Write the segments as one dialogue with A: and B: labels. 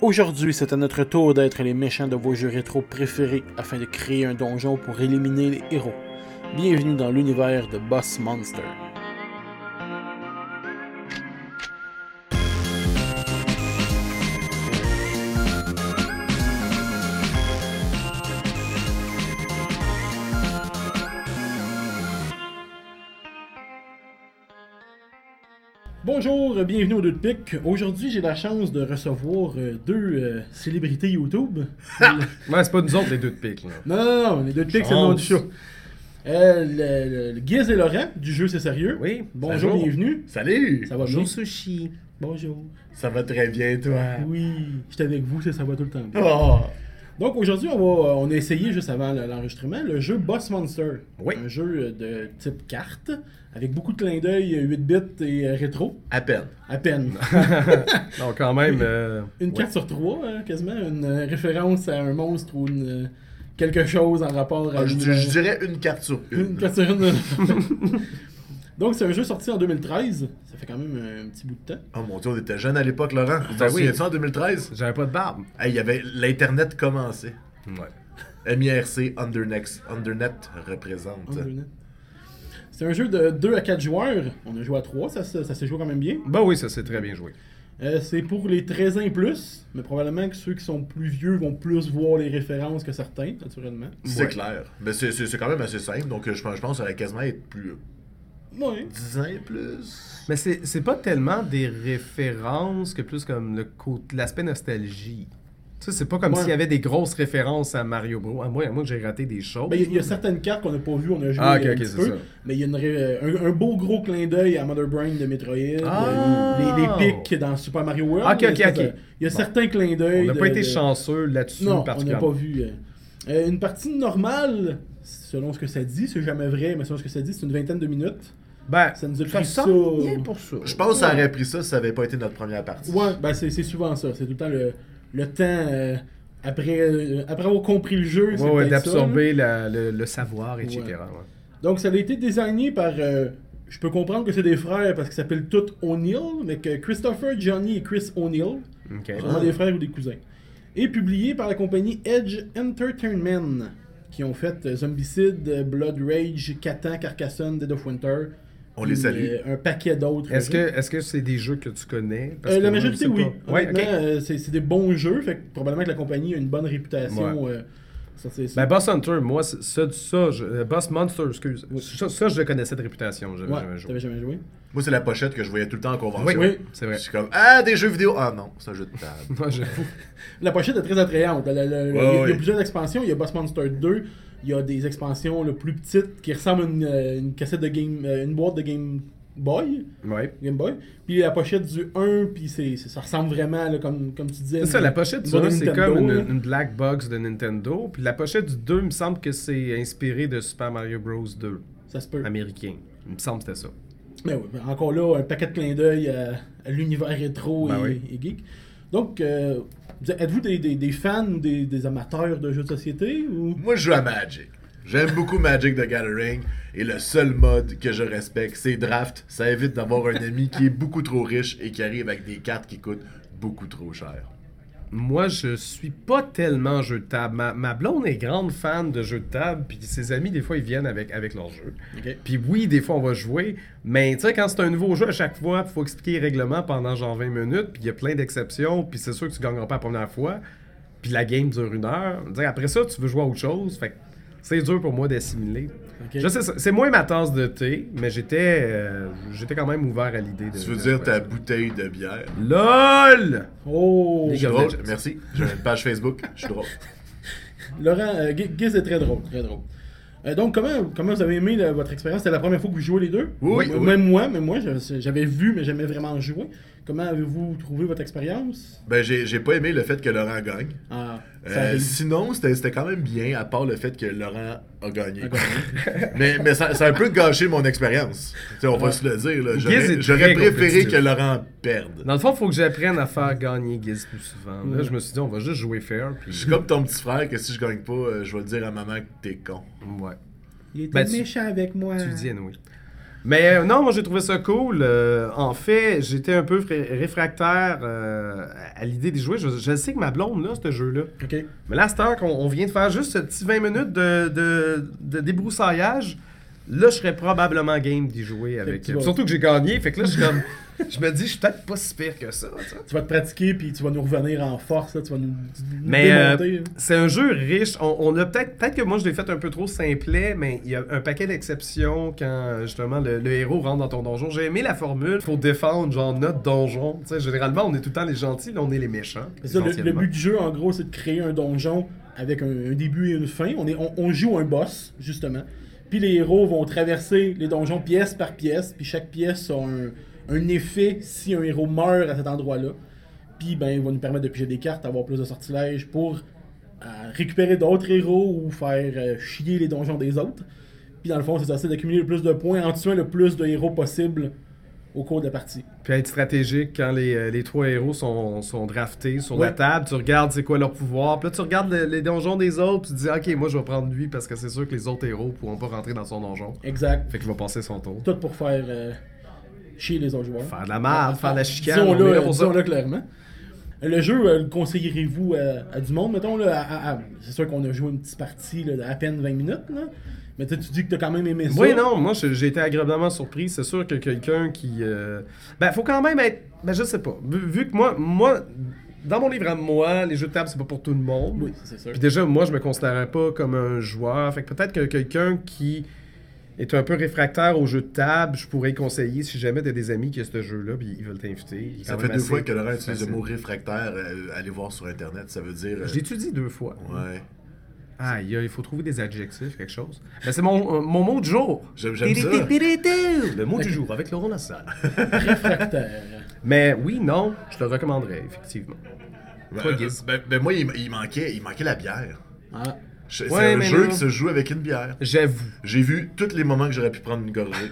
A: Aujourd'hui, c'est à notre tour d'être les méchants de vos jeux rétro préférés afin de créer un donjon pour éliminer les héros. Bienvenue dans l'univers de Boss Monster. Bonjour, euh, bienvenue au 2 de pique. Aujourd'hui, j'ai la chance de recevoir euh, deux euh, célébrités YouTube.
B: Ouais, c'est pas nous autres les deux de pique. Là.
A: Non, non, non, les deux de pique, c'est le nom
B: Chance.
A: du show. Euh, le, le- le Guiz et Laurent du jeu C'est Sérieux.
B: Oui,
A: Bonjour,
B: bonjour.
A: bienvenue.
C: Salut!
A: Ça va bien?
B: Bonjour Sushi.
A: Bonjour.
C: Ça va très bien, toi?
A: Oui, j'étais avec vous, ça, ça va tout le temps bien.
C: Oh!
A: Donc aujourd'hui, on, va- euh, on a essayé juste avant le- l'enregistrement le jeu Boss Monster.
B: Oui.
A: Un jeu euh, de type carte avec beaucoup de clins d'œil euh, 8 bits et euh, rétro.
C: À peine.
A: À peine.
B: Non, quand même. euh,
A: Une
B: ouais.
A: carte sur trois, hein, quasiment. Une euh, référence à un monstre ou une, euh, quelque chose en rapport
B: Ah,
A: à.
C: Ah, Je,
A: une,
C: je- je
A: euh,
C: dirais une carte sur une.
A: Une carte sur une. Donc c'est un jeu sorti en 2013. Ça fait quand même euh, un petit bout de temps.
C: Oh mon dieu, on était jeunes à l'époque, Laurent. Tu
B: Ben
C: t'en
B: oui.
C: souviens-tu en 2013?
B: J'avais pas de barbe.
C: Hey, Il y avait l'Internet commençait.
B: Ouais.
C: MIRC Undernext. Undernet représente.
A: Undernet. C'est un jeu de 2 à 4 joueurs. On a joué à 3, ça, se- ça s'est joué quand même bien.
B: Ben oui, ça c'est très bien joué.
A: Euh, c'est pour les 13 ans et plus, mais probablement que ceux qui sont plus vieux vont plus voir les références que certains, naturellement.
C: C'est
B: Ouais.
C: clair. Mais c'est- c'est c'est quand même assez simple, donc euh, je pense, je pense que ça va quasiment être plus.
A: Oui.
C: 10 ans et plus.
B: Mais c'est c'est pas tellement des références que plus comme le cô- l'aspect nostalgie. Tu sais, c'est pas comme
A: Ouais.
B: s'il y avait des grosses références à Mario Bros. À moi, à moi que j'ai raté des choses.
A: Ben, Il y, a- il y a certaines cartes qu'on n'a pas vues, on a joué
B: Ah, ok,
A: euh, un
B: ok,
A: petit
B: c'est
A: peu,
B: ça.
A: mais il y a une ré- euh, un, un beau gros clin d'œil à Mother Brain de Metroid,
B: Ah!
A: euh, les, les pics dans Super Mario World.
B: Ok, ok,
A: il y a-
B: ok.
A: Il y a certains clins d'œil.
B: on n'a
A: de-
B: pas été
A: de-
B: chanceux là-dessus
A: Non, on n'a
B: particulièrement.
A: pas vu. euh. Euh, une partie normale, selon ce que ça dit, c'est jamais vrai, mais selon ce que ça dit, c'est une vingtaine de minutes.
B: Ben,
A: Ça nous a pris ça.
B: sent bien pour ça.
C: Je pense que ça aurait pris ça si ça n'avait pas été notre première partie.
A: Ouais, ben c'est c'est souvent ça. C'est tout le temps le, le temps euh, après, euh, après avoir compris le jeu. c'est
B: Ouais, ouais,
A: peut-être ça,
B: d'absorber la- le, le savoir, etc.
A: Ouais.
B: ouais.
A: là. Donc ça a été désigné par. euh, je peux comprendre que c'est des frères parce qu'ils s'appellent tous O'Neill, mais que Christopher, Johnny et Chris O'Neill
B: Ok.
A: sont des frères ou des cousins. Et publié par la compagnie Edge Entertainment, qui ont fait euh, Zombicide, euh, Blood Rage, Catan, Carcassonne, Dead of Winter.
C: On les
A: puis,
C: salue.
A: euh, un paquet d'autres.
B: Est-ce que
A: jeux.
B: est-ce que c'est des jeux que tu connais
A: Euh, la
B: que moi, je
A: majorité,
B: sais
A: oui.
B: pas. Ouais,
A: Honnêtement,
B: ok.
A: euh, c'est c'est des bons jeux, fait que probablement que la compagnie a une bonne réputation. euh, ça, c'est- c'est-
B: Ben, Boss Hunter, moi, c- ça, ça je- euh, Boss Monster, excuse. Ça, ça, je le connaissais de réputation. J'avais
A: ouais,
B: jamais joué.
A: t'avais jamais joué.
C: Moi, c'est la pochette que je voyais tout le temps en
B: Oui,
C: convention.
B: oui, c'est vrai.
C: Je suis comme, ah, des jeux vidéo. Ah non, c'est un jeu de table.
B: Moi, j'avoue.
A: La pochette est très attrayante. La- la- la- il, y a, il y a
C: ouais.
A: plusieurs expansions. Il y a Boss Monster 2. Il y a des expansions le plus petites qui ressemblent à une, euh, une cassette de game, euh, une boîte de Game Boy.
B: Ouais.
A: Game Boy. Puis la pochette du 1, puis c'est- c'est- ça ressemble vraiment, là, comme, comme tu disais.
B: C'est ça,
A: une-
B: la pochette du
A: une boîte de
B: 1, c'est
A: Nintendo,
B: comme une,
A: là.
B: une black box de Nintendo. Puis la pochette du 2, il me semble que c'est inspiré de Super Mario Bros. 2,
A: Ça se peut.
B: américain. Il me semble que c'était ça.
A: Mais Ben oui, mais encore là, un paquet de clins d'œil à, à l'univers rétro
B: Ben
A: et,
B: oui.
A: et geek. Donc, euh, vous- êtes-vous des, des- des fans ou des, des amateurs de jeux de société ou...
C: Moi, je joue à Magic. J'aime beaucoup Magic the Gathering et le seul mode que je respecte, c'est Draft. Ça évite d'avoir un ami qui est beaucoup trop riche et qui arrive avec des cartes qui coûtent beaucoup trop cher.
B: Moi, je suis pas tellement jeu de table. Ma, ma blonde est grande fan de jeux de table, puis ses amis, des fois, ils viennent avec, avec leurs jeux.
A: Ok.
B: Puis oui, des fois, on va jouer, mais tu sais, quand c'est un nouveau jeu à chaque fois, il faut expliquer les règlements pendant genre 20 minutes, puis il y a plein d'exceptions, puis c'est sûr que tu gagneras pas la première fois, puis la game dure une heure. Je veux dire, Après ça, tu veux jouer à autre chose, fait que c'est dur pour moi d'assimiler.
A: Ok.
B: Je sais, ça- c'est moins ma tasse de thé, mais j'étais euh, j'étais quand même ouvert à l'idée de.
C: Tu veux
B: de
C: dire
B: jouer.
C: ta bouteille de bière?
B: LOL!
A: Oh!
C: Je suis
B: League of
C: drôle,
B: Legends.
C: merci. J'ai une page Facebook, je suis drôle.
A: Laurent, euh, Gu- Guiz est très drôle, très drôle. Euh, donc, comment, comment vous avez aimé là, votre expérience? C'était la première fois que vous jouez les deux?
C: Oui,
A: Moi-
C: oui.
A: Même moi, même moi, je- j'avais vu, mais jamais vraiment joué. Comment avez-vous trouvé votre expérience?
C: Ben, j'ai j'ai pas aimé le fait que Laurent gagne.
A: Ah,
C: Euh,
A: ça arrive.
C: sinon, c'était c'était quand même bien, à part le fait que Laurent a gagné. mais mais ça, ça a un peu gâché mon expérience. Tu sais, on va se le dire. là.
B: Guiz
C: J'aurais
B: est
C: j'aurais
B: très
C: préféré
B: compétitif.
C: que Laurent perde.
B: Dans le fond, faut que j'apprenne à faire gagner Giz plus souvent. Là, je me suis dit, on va juste jouer fair. Puis...
C: Je suis comme ton petit frère que si je gagne pas,
B: Ah
C: euh, je vais le dire à maman que t'es con.
B: Ouais.
A: Il était
B: Ben, tu-
A: méchant avec moi.
B: Tu le dis, oui. Mais euh, non, moi j'ai trouvé ça cool. Euh, en fait, j'étais un peu fré- réfractaire euh, à l'idée d'y jouer. Je, je sais que ma blonde, là, ce jeu-là.
A: Ok.
B: Mais là, c'est qu'on on vient de faire juste ce petit 20 minutes de, de, de débroussaillage. Là, je serais probablement game d'y jouer avec.
A: tu vas-
B: Surtout que j'ai gagné. Fait que là, je suis comme. Je me dis, je suis peut-être pas si pire que ça. tu sais.
A: Tu vas te pratiquer, puis tu vas nous revenir en force, là, tu vas nous, nous
B: Mais euh,
A: démonter. hein. là.
B: c'est un jeu riche. On, on a peut-être peut-être que moi je l'ai fait un peu trop simplet, mais il y a un paquet d'exceptions quand euh, justement le, le héros rentre dans ton donjon. J'ai aimé la formule pour défendre genre notre donjon. Tu sais, généralement on est tout le temps les gentils, là on est les méchants.
A: C'est ça, le, le
B: essentiellement.
A: but du jeu, en gros, c'est de créer un donjon avec un, un début et une fin. On, est, on, on joue un boss, justement. Puis les héros vont traverser les donjons pièce par pièce. Puis chaque pièce a un, un effet si un héros meurt à cet endroit-là. Puis ben, il va nous permettre de piger des cartes, avoir plus de sortilèges pour euh, récupérer d'autres héros ou faire euh, chier les donjons des autres. Puis dans le fond, c'est ça, c'est d'accumuler le plus de points en tuant le plus de héros possible au cours de la partie.
B: Puis être stratégique quand les, euh, les trois héros sont, sont draftés sur la
A: Ouais.
B: table, tu regardes c'est quoi leur pouvoir. Puis là tu regardes le- les donjons des autres, tu te dis ok moi je vais prendre lui parce que c'est sûr que les autres héros pourront pas rentrer dans son donjon.
A: Exact.
B: Fait qu'il va passer son tour.
A: Tout pour faire euh, chier les autres joueurs.
B: Faire de la merde, faire de la chicane. on est là
A: Disons-le
B: pour ça.
A: disons-le clairement. Le jeu, euh, le conseillerez-vous euh, à, du monde, mettons, là, à- à- à- c'est sûr qu'on a joué une petite partie là, d'à peine 20 minutes, là. mais tu sais, tu dis que t'as quand même aimé ça.
B: Oui, non, moi je- j'ai été agréablement surpris. C'est sûr que quelqu'un qui. euh, Ben, faut quand même être. Ben, je sais pas. Vu, vu que moi, moi, dans mon livre à moi, les jeux de table, c'est pas pour tout le monde.
A: Oui, c'est sûr.
B: Puis déjà, moi, je me considérais pas comme un joueur. Fait que peut-être que quelqu'un qui est un peu réfractaire aux jeux de table, je pourrais conseiller si jamais t'as des amis qui ont ce jeu-là, puis ils veulent t'inviter. Il est
C: Ça
B: quand
C: fait
B: même
C: deux
B: assez
C: fois que Laurent utilise le
B: facile.
C: mot réfractaire. euh, allez voir sur Internet, ça veut dire. euh,
B: Je l'ai-tu dit deux fois?
C: ouais.
B: Ah, il y a- il faut trouver des adjectifs, quelque chose. Ben, c'est mon, euh, mon mot du jour.
C: J'aime- j'aime ça.
B: Le mot du jour avec Laurent Lassalle.
A: Réfractaire.
B: Mais oui, non, je le recommanderais, effectivement.
C: Ben,
B: Toi,
C: euh,
B: Guiz.
C: ben- ben moi, il, il manquait, il manquait la bière.
A: Ah.
C: Je- C'est
B: Ouais,
C: un
B: mais
C: jeu
B: là-
C: qui se joue avec une bière.
B: J'avoue.
C: J'ai vu tous les moments que j'aurais pu prendre une gorgée.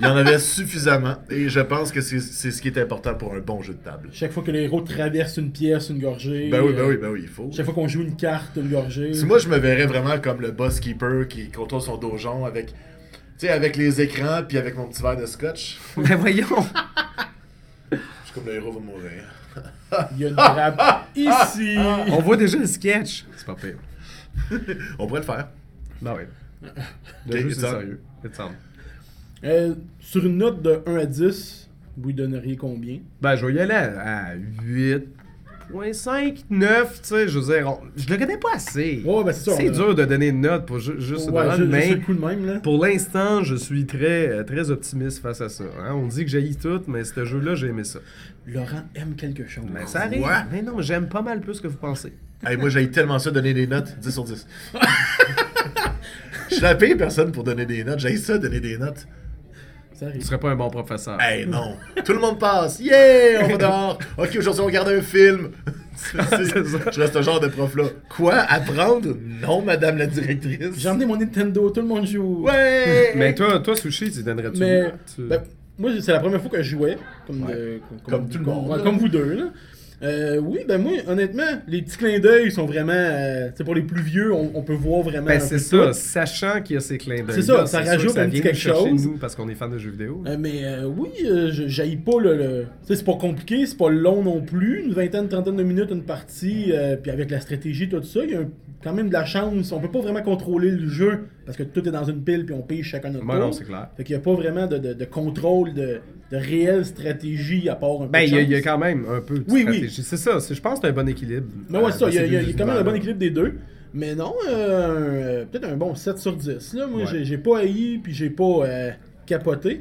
C: il y en avait suffisamment. Et je pense que c'est c'est ce qui est important pour un bon jeu de table.
A: Chaque fois que les héros traversent une pièce, une gorgée.
C: Ben oui, ben
A: euh,
C: oui, ben oui, il faut.
A: Chaque fois qu'on joue une carte, une gorgée.
C: Si moi, je me verrais vraiment comme le boss keeper qui contrôle son donjon avec, tu sais, avec les écrans puis avec mon petit verre de scotch.
B: Ben voyons.
C: Je suis comme le héros va mourir.
A: Il y a une
B: Ah!
A: trappe ici.
B: On voit déjà le sketch. C'est pas pire.
C: On pourrait le faire.
B: Ben oui.
C: Ok,
B: Le jeu,
C: it's
B: c'est
C: on.
B: sérieux. It's on.
A: Euh, sur une note de 1 à 10, vous lui donneriez combien
B: Ben, je vais y aller à, à 8.5, 9, tu sais, je veux dire, on- je le connais pas assez.
A: Ouais, ben, c'est ça, on a-
B: dur de donner une note pour ju- juste une note,
A: je,
B: mais
A: le coup de même, là.
B: pour l'instant, je suis très, euh, très optimiste face à ça. hein. On dit que j'haïs tout, mais ce jeu-là, j'ai aimé ça.
A: Laurent aime quelque chose.
B: Mais ça arrive.
C: Ouais.
B: Mais non, mais j'aime pas mal plus que vous pensez.
C: Hey, moi, j'ai tellement ça donner des notes. 10 sur 10. Je suis la pire personne pour donner des notes. J'ai ça donner des notes.
A: Ça arrive.
B: Tu serais pas un bon professeur.
C: Hey non, tout le monde passe. Yeah, on va dehors. Ok, aujourd'hui on regarde un film. C'est- c'est-
B: C'est ça.
C: Je reste ce genre de prof là. Quoi apprendre Non, madame la directrice.
A: J'ai emmené mon Nintendo, tout le monde joue.
C: Ouais.
B: Mais toi, toi Sushi, tu donnerais-tu
A: Mais
B: une note? Tu-
A: ben, moi, c'est la première fois que je jouais, comme, de- comme,
C: Comme tout le monde,
A: ouais,
C: là.
A: comme vous deux. Là. Euh, oui, ben moi, honnêtement, les petits clins d'œil sont vraiment. euh, tu sais, pour les plus vieux, on, on peut voir vraiment.
B: Ben,
A: un
B: c'est
A: peu tout.
B: ça, sachant qu'il y a ces clins d'œil.
A: C'est ça, ça rajoute un petit quelque chose.
B: Nous parce qu'on est fan de jeux vidéo.
A: Euh, mais euh, oui, euh, je j'haïs pas le. le- Tu sais, c'est pas compliqué, c'est pas long non plus. Une vingtaine, trentaine de minutes, une partie. euh, puis avec la stratégie, tout ça, il y a un- quand même de la chance. On peut pas vraiment contrôler le jeu parce que tout est dans une pile puis on pige chacun notre
B: Moi,
A: tour.
B: non, c'est clair.
A: Fait qu'il n'y a pas vraiment de, de- de contrôle de, de réelle stratégie à part un peu
B: Ben,
A: de
B: il y, a- il y a
A: chance.
B: quand même un peu de
A: Oui, oui.
B: stratégie. C'est ça, c'est- je pense que c'est un bon équilibre.
A: Mais ouais, c'est ça,
B: Euh,
A: il y a,
B: de ces
A: il y a-
B: deux
A: il y a quand même un bon
B: univers-là.
A: équilibre des deux. Mais non, euh, euh, peut-être un bon 7 sur 10. Là, moi,
B: Ouais.
A: j'ai- j'ai pas haï, puis j'ai pas euh, capoté.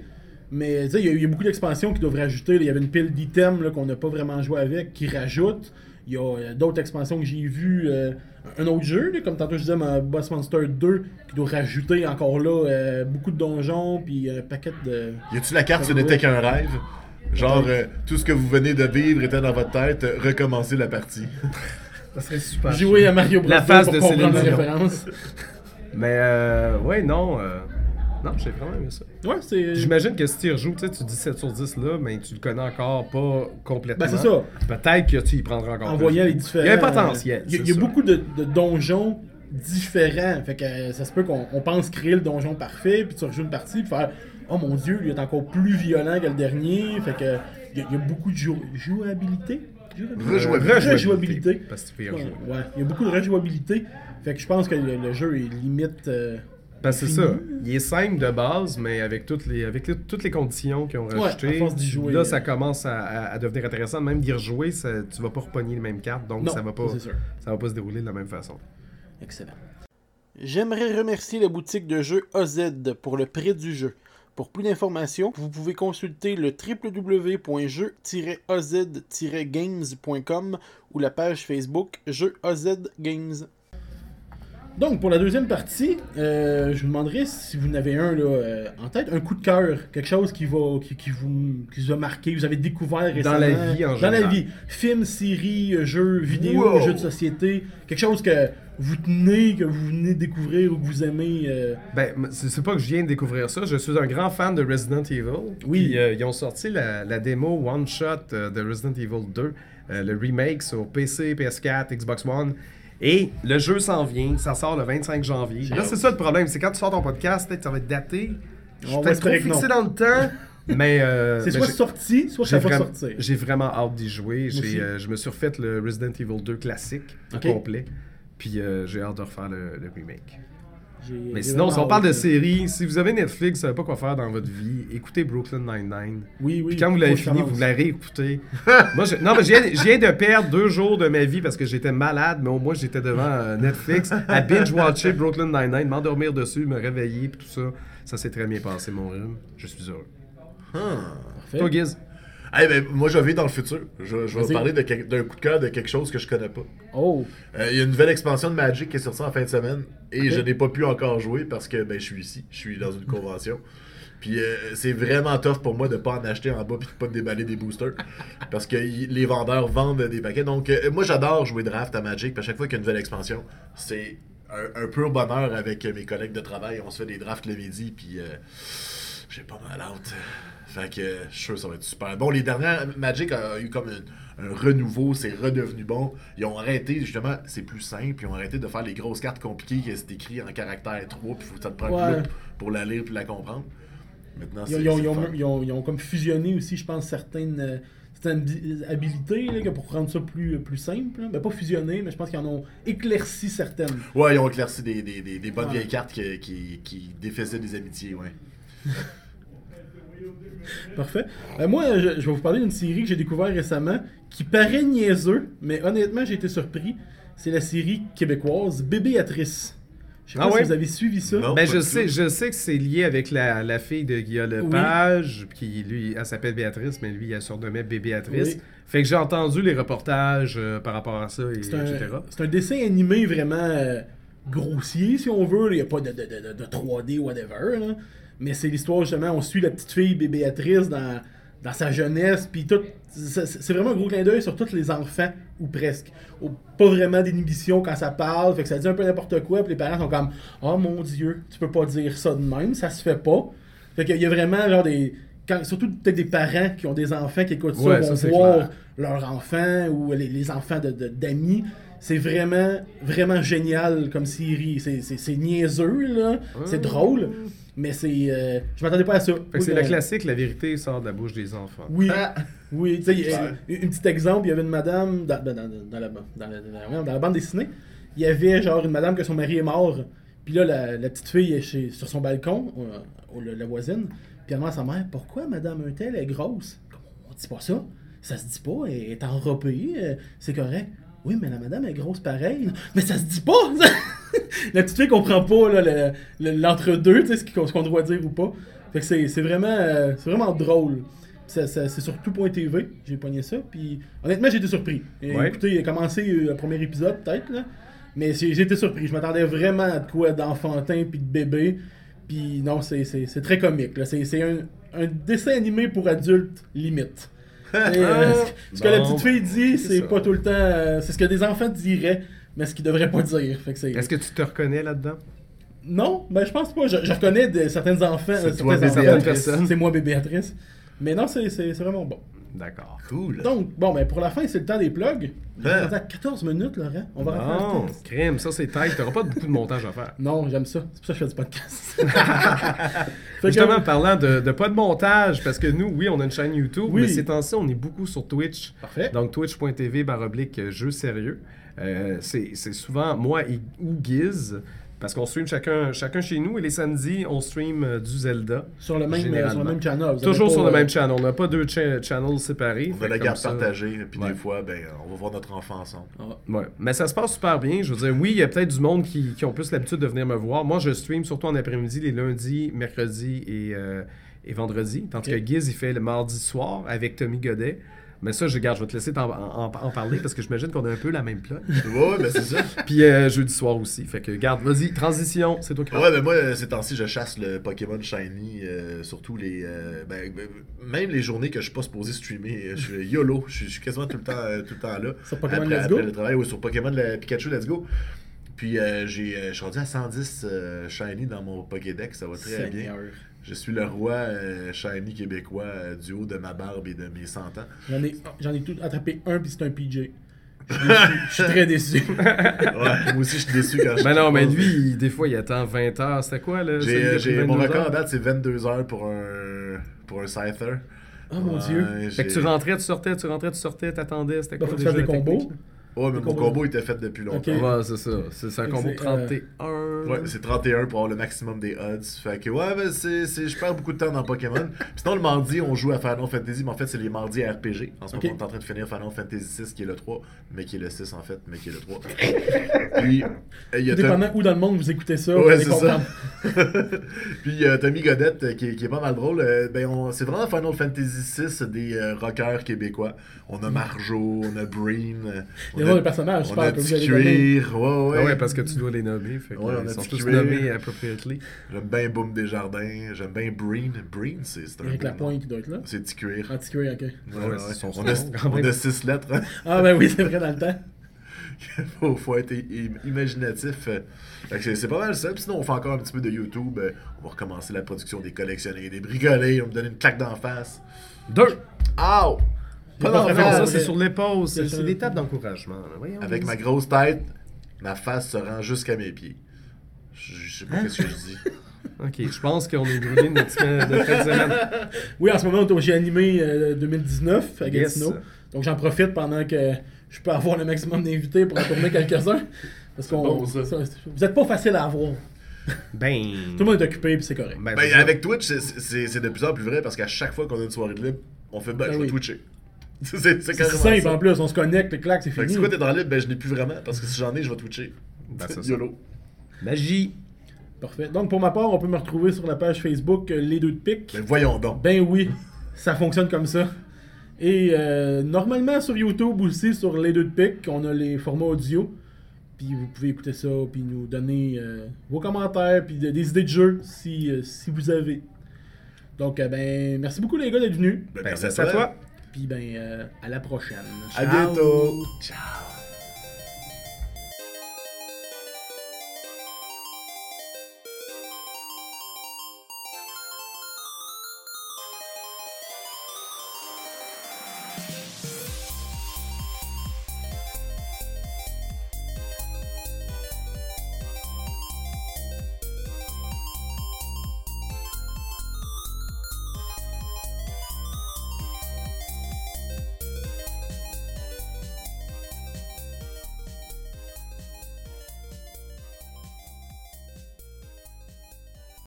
A: Mais tu sais, il y, a- il y a beaucoup d'expansions qui doivent rajouter. là. Il y avait une pile d'items là, qu'on n'a pas vraiment joué avec qui rajoutent. Il y a euh, d'autres expansions que j'ai vues. euh, un autre jeu, là, comme tantôt je disais, ma Boss Monster 2, qui doit rajouter encore là euh, beaucoup de donjons, puis un paquet de.
C: Y a-tu la carte Ce n'était qu'un rêve Genre euh, tout ce que vous venez de vivre était dans votre tête. euh, Recommencez la partie.
B: Ça serait super.
A: Jouer à Mario Bros.
B: La
A: 2
B: face
A: pour
B: de
A: comprendre la
B: Céline Dion.
A: référence.
B: Mais euh, ouais, non. euh, Non, j'ai vraiment aimé ça.
A: Ouais, c'est.
B: J'imagine que si tu y rejoues, tu sais, tu dis 7 sur 10 là, mais tu le connais encore pas complètement.
A: Ben, c'est ça.
B: Peut-être que tu y prendras encore
A: en
B: plus.
A: voyant les différents.
B: Ah, Il y a un potentiel.
A: Il y a-
B: c'est
A: il y a
B: sûr.
A: beaucoup de, de donjons différents. Fait que euh, ça se peut qu'on on pense créer le donjon parfait, puis tu rejoues une partie, puis faire oh mon dieu, lui est encore plus violent que le dernier. Fait que il y, a- il y a beaucoup de jou- jouabilité. Jouabilité?
C: Rejouabilité.
A: Rejouabilité.
B: Euh, Parce que tu peux y
A: Ouais,
B: rejouer.
A: ouais. il y a beaucoup de rejouabilité. Fait que je pense que le, le jeu est limite. euh,
B: Parce que Ben, c'est
A: fini.
B: ça. Il est simple de base, mais avec toutes les, avec les- toutes les conditions qu'ils ont
A: Ouais,
B: rajoutées,
A: à force d'y jouer,
B: là,
A: euh.
B: ça commence à, à- à devenir intéressant. Même d'y rejouer, ça, tu vas pas repogner les mêmes cartes, donc
A: Non,
B: Oh, ça va pas,
A: c'est sûr.
B: ça va pas se dérouler de la même façon.
A: Excellent. J'aimerais remercier la boutique de jeux OZ pour le prêt du jeu. Pour plus d'informations, vous pouvez consulter le www.jeux-oz-games.com ou la page Facebook Jeux OZ Games. Donc, pour la deuxième partie, euh, je vous demanderai si vous en avez un là, euh, en tête, un coup de cœur, quelque chose qui, va, qui, qui vous, qui vous a marqué, vous avez découvert récemment.
B: la vie, en
A: Dans la
B: général.
A: vie. Film, série, euh, jeux vidéo,
C: Wow!
A: jeux de société. Quelque chose que vous tenez, que vous venez de découvrir ou que vous aimez. euh,
B: Ben, m- c'est c'est pas que je viens de découvrir ça. Je suis un grand fan de Resident Evil.
A: Oui.
B: Puis, euh, ils ont sorti la, la démo One Shot euh, de Resident Evil 2, euh, le remake sur PC, PS4, Xbox One. Et le jeu s'en vient, ça sort le 25 janvier. Là,
C: hâte.
B: c'est ça le problème, c'est quand tu sors ton podcast, peut-être que ça va être daté. Je suis
A: On va
B: peut-être trop
A: espérer que
B: fixé
A: non.
B: dans le temps. Mais. euh,
A: c'est
B: mais
A: soit
B: j'ai-
A: sorti, soit ça
B: j'ai
A: va
B: vraiment,
A: sortir.
B: j'ai vraiment hâte d'y jouer. J'ai,
A: aussi.
B: euh, je me suis refait le Resident Evil 2 classique au
A: Ok.
B: complet. Puis euh, j'ai hâte de refaire le- le remake.
A: J'ai-
B: Mais
A: j'ai
B: sinon, si on
A: vraiment
B: parle de
A: hâte, là.
B: séries, si vous avez Netflix, vous savez pas quoi faire dans votre vie, écoutez Brooklyn Nine-Nine.
A: Oui, oui.
B: Puis quand vous l'avez
A: faut que je
B: fini,
A: commence.
B: vous la réécoutez. Moi, je- Non, mais je viens, je viens de perdre deux jours de ma vie parce que j'étais malade, mais au moins j'étais devant euh, Netflix à binge-watcher Brooklyn Nine-Nine, m'endormir dessus, me réveiller, puis tout ça. Ça s'est très bien passé, mon rhume. Je suis heureux.
A: Parfait.
B: Toi, Giz?
C: Eh ben, moi, je vais dans le futur. Je, je vais
A: Vas-y.
C: parler de quel- d'un coup de cœur de quelque chose que je connais pas.
B: Ah,
A: Oh,
C: Euh, Il y a une nouvelle expansion de Magic qui est sortie en fin de semaine et je n'ai pas pu encore jouer parce que ben, je suis ici, je suis dans une convention. Puis euh, c'est vraiment tough pour moi de pas en acheter en bas puis de pas déballer des boosters parce que y- les vendeurs vendent des paquets. Donc euh, moi j'adore jouer draft à Magic. Puis à chaque fois qu'il y a une nouvelle expansion, c'est un, un pur bonheur avec euh, mes collègues de travail. On se fait des drafts le midi puis euh, j'ai pas mal hâte. Fait que euh, je suis sûr que ça va être super. Bon, les dernières Magic a eu comme un, un renouveau, c'est redevenu bon. Ils ont arrêté, justement, c'est plus simple, ils ont arrêté de faire les grosses cartes compliquées qui étaient écrites en caractère 3, puis faut que ça te prenne
A: Ouais.
C: loupe pour la lire puis la comprendre. Maintenant,
A: Ils ont,
C: c'est.
A: ils ont-
C: c'est
A: ils ont-
C: fun.
A: ils ont- ils ont comme fusionné aussi, je pense, certaines, euh, certaines habi- habilités là, que pour rendre ça plus, plus simple. là. Ben, pas fusionné, mais je pense qu'ils en ont éclairci certaines.
C: Ouais, ils ont éclairci des, des, des, des bonnes
A: Ouais.
C: vieilles cartes qui, qui, qui défaisaient des amitiés, ouais.
A: Parfait. Euh, moi, je, je vais vous parler d'une série que j'ai découverte récemment qui paraît niaiseux, mais honnêtement, j'ai été surpris. C'est la série québécoise Bébéatrice. Je sais
B: Ah
A: pas
B: ouais?
A: si vous avez suivi ça.
C: Non.
B: Ben,
C: pas
B: je
C: du
B: sais,
C: tout.
B: je sais que c'est lié avec la, la fille de Guillaume Lepage, qui lui, elle s'appelle Béatrice, mais lui, elle surnommait Bébéatrice.
A: Oui.
B: Fait que j'ai entendu les reportages euh, par rapport à ça, et,
A: C'est un,
B: etc.
A: c'est un dessin animé vraiment euh, grossier, si on veut. Il n'y a pas de, de- de- de- de 3D, whatever. là. Mais c'est l'histoire, justement, on suit la petite fille, bé- Béatrice, dans, dans sa jeunesse. Puis tout. C'est c'est vraiment un gros clin d'œil sur tous les enfants, ou presque. Au- pas vraiment d'inhibition quand ça parle. Fait que ça dit un peu n'importe quoi. Puis les parents sont comme Oh mon Dieu, tu peux pas dire ça de même, ça se fait pas. Fait qu'il y a vraiment, genre, des. quand- surtout peut-être des parents qui ont des enfants qui écoutent ça,
B: Ouais,
A: vont
B: ça, c'est
A: voir
B: clair.
A: leurs enfants ou les, les enfants de- de- d'amis. c'est vraiment, vraiment génial comme série. C'est- C'est c'est niaiseux, là. C'est drôle. Mais c'est. euh, je m'attendais pas à ça.
B: Ah. Fait que c'est
A: Oui,
B: le
A: ben,
B: classique, la vérité sort de la bouche des enfants.
A: Oui.
C: Ah.
A: Oui, tu sais, il y a-
C: Ouais.
A: un un petit exemple, il y avait une madame dans, dans- dans- dans la, dans, la, dans la- dans la bande dessinée, il y avait genre une madame que son mari est mort, puis là, la, la petite fille est chez, sur son balcon, euh, au- le- la voisine, puis elle demande à sa mère, pourquoi madame Untel est grosse? Comme, on dit pas ça, ça se dit pas, elle est enrobée, euh, c'est correct. Oui, mais la madame est grosse pareil, mais ça se dit pas! la petite fille comprend pas là, le- le- l'entre-deux, tu sais, ce qu'on ce qu'on doit dire ou pas. Fait que c'est c'est vraiment, euh, c'est vraiment drôle. Ça- ça- c'est sur tout.tv, j'ai pogné ça, puis honnêtement, j'ai été surpris. Et
B: Ouais.
A: Écoutez, il a commencé euh, le premier épisode, peut-être, là, mais j'ai j'ai été surpris. Je m'attendais vraiment à de quoi d'enfantin puis de bébé, puis non, c'est- c'est c'est très comique. là. C'est c'est un, un dessin animé pour adultes, limite. Et, euh, ce que la
B: Bon,
A: petite fille dit,
B: c'est
A: c'est
B: ça.
A: pas tout le temps. euh, c'est ce que des enfants diraient, mais ce qu'ils devraient pas dire. Fait que c'est-
B: Est-ce que tu te reconnais là-dedans?
A: non, ben je pense pas. Je, je reconnais de, certaines enfants.
C: C'est
A: euh,
C: toi,
A: certains
C: Béatrice.
A: enfants. C'est moi, bébé Béatrice. Mais non, c'est c'est- c'est vraiment bon.
B: D'accord.
C: Cool.
A: Donc, bon, ben pour la fin, c'est le temps des plugs. On est
C: Hein?
A: rendu à 14 minutes, Laurent. On va
B: Ben. Non,
A: refaire le test.
B: crime, ça c'est tight. T'auras pas beaucoup de montage à faire.
A: Non, j'aime ça. C'est pour ça que je fais du podcast. Fait que-
B: Justement, parlant de, de pas de montage, parce que nous, oui, on a une chaîne YouTube,
A: Oui.
B: mais ces temps-ci, on est beaucoup sur Twitch.
A: Parfait.
B: Donc, twitch.tv baroblique euh, jeu sérieux. Euh, c'est c'est souvent moi et, ou Giz, parce qu'on stream chacun, chacun chez nous, et les samedis, on stream euh, du Zelda.
A: Sur le même- euh,
B: généralement.
A: sur le même channel, vous avez
B: Toujours
A: pas,
B: sur
A: euh,
B: le même channel. On n'a pas deux cha- channels séparés.
C: On
B: Fait
C: a la
B: comme
C: garde
B: ça-
C: partagée, et puis
B: Ouais.
C: des fois, ben, on va voir notre enfant ensemble.
A: euh,
B: Ouais. Mais ça se passe super bien. Je veux dire, oui, il y a peut-être du monde qui, qui ont plus l'habitude de venir me voir. Moi, je stream surtout en après-midi, les lundis, mercredis et, euh, et vendredis. Tandis
A: Ok.
B: que Giz, il fait le mardi soir avec Tommy Godet. Mais ça, je garde, je vais te laisser t'en- en, en- en parler parce que j'imagine qu'on a un peu la même plot.
C: Ouais, ben c'est ça.
B: Puis euh, jeudi soir aussi. Fait que, garde, vas-y, transition, c'est toi qui parles.
C: Ouais, ben moi, euh, ces temps-ci, je chasse le Pokémon Shiny, euh, surtout les. euh, ben, ben, même les journées que je suis pas supposé streamer, euh, je suis YOLO, je suis, je suis quasiment tout le temps, euh, tout le temps là.
A: Sur Pokémon
C: après,
A: Let's
C: après
A: Go?
C: le travail, ou sur Pokémon le Pikachu Let's Go. Puis euh, j'ai, euh, je suis rendu à 110 euh, Shiny dans mon Pokédex, ça va très bien.
A: Seigneur.
C: Je suis le roi euh, Shiny québécois euh, du haut de ma barbe et de mes 100 ans.
A: J'en ai, j'en ai tout attrapé un, puis c'est un PJ. Je suis déçu. Je suis très déçu.
C: Ouais, moi aussi, je suis déçu quand je
B: Mais Ben non, mais lui, il- des fois, il attend 20 heures. C'était quoi, là? celui
C: J'ai,
B: qui a
C: euh,
B: pris
C: j'ai- mon
B: 22
C: record
B: heures?
C: à date, c'est 22 heures pour un, pour un Scyther.
A: Oh mon dieu.
C: Ouais,
B: Fait que
C: j'ai-
B: tu rentrais, tu sortais, tu rentrais, tu sortais, t'attendais. C'était
A: Bah, faut
B: quoi
A: que tu
B: déjà
A: fasses des
B: la technique?
A: combos.
C: Ouais, mais
A: Des
C: mon
A: combos.
C: combo était fait depuis longtemps.
A: Ok.
B: Ouais, c'est ça. C'est c'est un combo
A: C'est, euh,
B: 31.
C: Ouais, c'est 31 pour avoir le maximum des odds. Fait que ouais, ben c'est, c'est- je perds beaucoup de temps dans Pokémon. Puis sinon, le mardi, on joue à Final Fantasy, mais en fait, c'est les mardis à RPG. En ce
A: Ok.
C: moment, on est en train de finir Final Fantasy 6, qui est le 3, mais qui est le 6 en fait, mais qui est le 3. Puis, euh, il y a Tom-
A: Dépendant où dans le monde vous écoutez ça, vous
C: Ouais,
A: allez
C: c'est ça.
A: comprendre.
C: Puis euh, Tommy Godette, euh, qui, est- qui est pas mal drôle, euh, ben on- c'est vraiment Final Fantasy VI des euh, rockers québécois. On a Marjo, on a Breen, euh,
A: Il y
C: on
A: a
C: a,
A: des personnages, je
C: on a
A: parle que vous
C: du
A: avez donné.
C: cuir. Ouais, ouais.
B: Ah ouais, parce que tu dois les nommer. Fait que,
C: Ouais, on a
B: ils sont
C: dit
B: tous
C: Curie.
B: nommés appropriately.
C: J'aime bien Boom Desjardins, j'aime bien Breen. Breen, c'est c'est un.
A: Avec la
C: bon nom.
A: pointe Ah, qui doit être là.
C: C'est petit cuir.
A: Antiqué, ok.
C: Ouais, ouais.
B: c'est son
C: On, a,
B: son, quand
C: on
B: même.
C: a six lettres. hein.
A: Ah ben oui, c'est vrai dans le temps.
C: faut, faut être i- imaginatif. euh. Fait que c'est- c'est pas mal ça. Puis sinon, on fait encore un petit peu de YouTube. euh, On va recommencer la production des collectionnés, des bricolés. On me donne une claque d'en face.
B: Deux!
A: Ah,
C: Ow!
A: Il y a
C: Pas
A: pas
C: d'en
A: de Ah,
B: Ah non, ça,
A: ouais.
C: face!
B: c'est sur l'épaule.
A: Il y
B: C'est
A: a
B: c'est
A: ça.
B: des tables d'encouragement. là. Voyons,
C: Avec ma
B: vas-y.
C: grosse tête, ma face se rend jusqu'à mes pieds. Je, je sais pas
A: Hein?
C: ce que je dis.
B: Ok, je pense qu'on est brûlé de notre semaine de fin de semaine.
A: Oui, en ce moment, on est au euh, G-Animé 2019 à
B: Yes.
A: Gatineau. Donc j'en profite pendant que je peux avoir le maximum d'invités pour en tourner quelques-uns. Parce qu'on.
C: bon, ça.
A: ça, c'est- Vous êtes pas facile à avoir.
B: Ben.
A: Tout le monde est occupé puis c'est correct.
B: ben, c'est
C: Ben,
B: ça.
C: avec Twitch, c'est- c'est c'est de plus en plus vrai parce qu'à chaque fois qu'on a une soirée de libre, on fait ben,
A: Ben
C: je vais
A: oui.
C: Twitcher. C'est c'est
A: C'est
C: carrément
A: simple
C: ça.
A: en plus, on se connecte, le clac, c'est
C: Fait que
A: fini.
C: si quoi t'es dans le libre, ben je n'ai plus vraiment parce que si j'en ai, je vais Twitcher.
B: Ben, c'est ça.
C: YOLO.
B: Magie.
A: Parfait. Donc pour ma part, on peut me retrouver sur la page Facebook euh, Les Deux de Pique.
C: Ben voyons donc.
A: Ben oui, ça fonctionne comme ça. Et euh, normalement sur YouTube aussi, sur Les Deux de Pique, on a les formats audio. Puis vous pouvez écouter ça, puis nous donner euh, vos commentaires, puis de- des idées de jeu si, euh, si vous avez. Donc euh, ben merci beaucoup les gars d'être venus.
C: Ben,
B: Ben, c'est à toi.
A: Puis ben euh, à la prochaine.
C: À
A: Ciao.
C: bientôt. Ciao.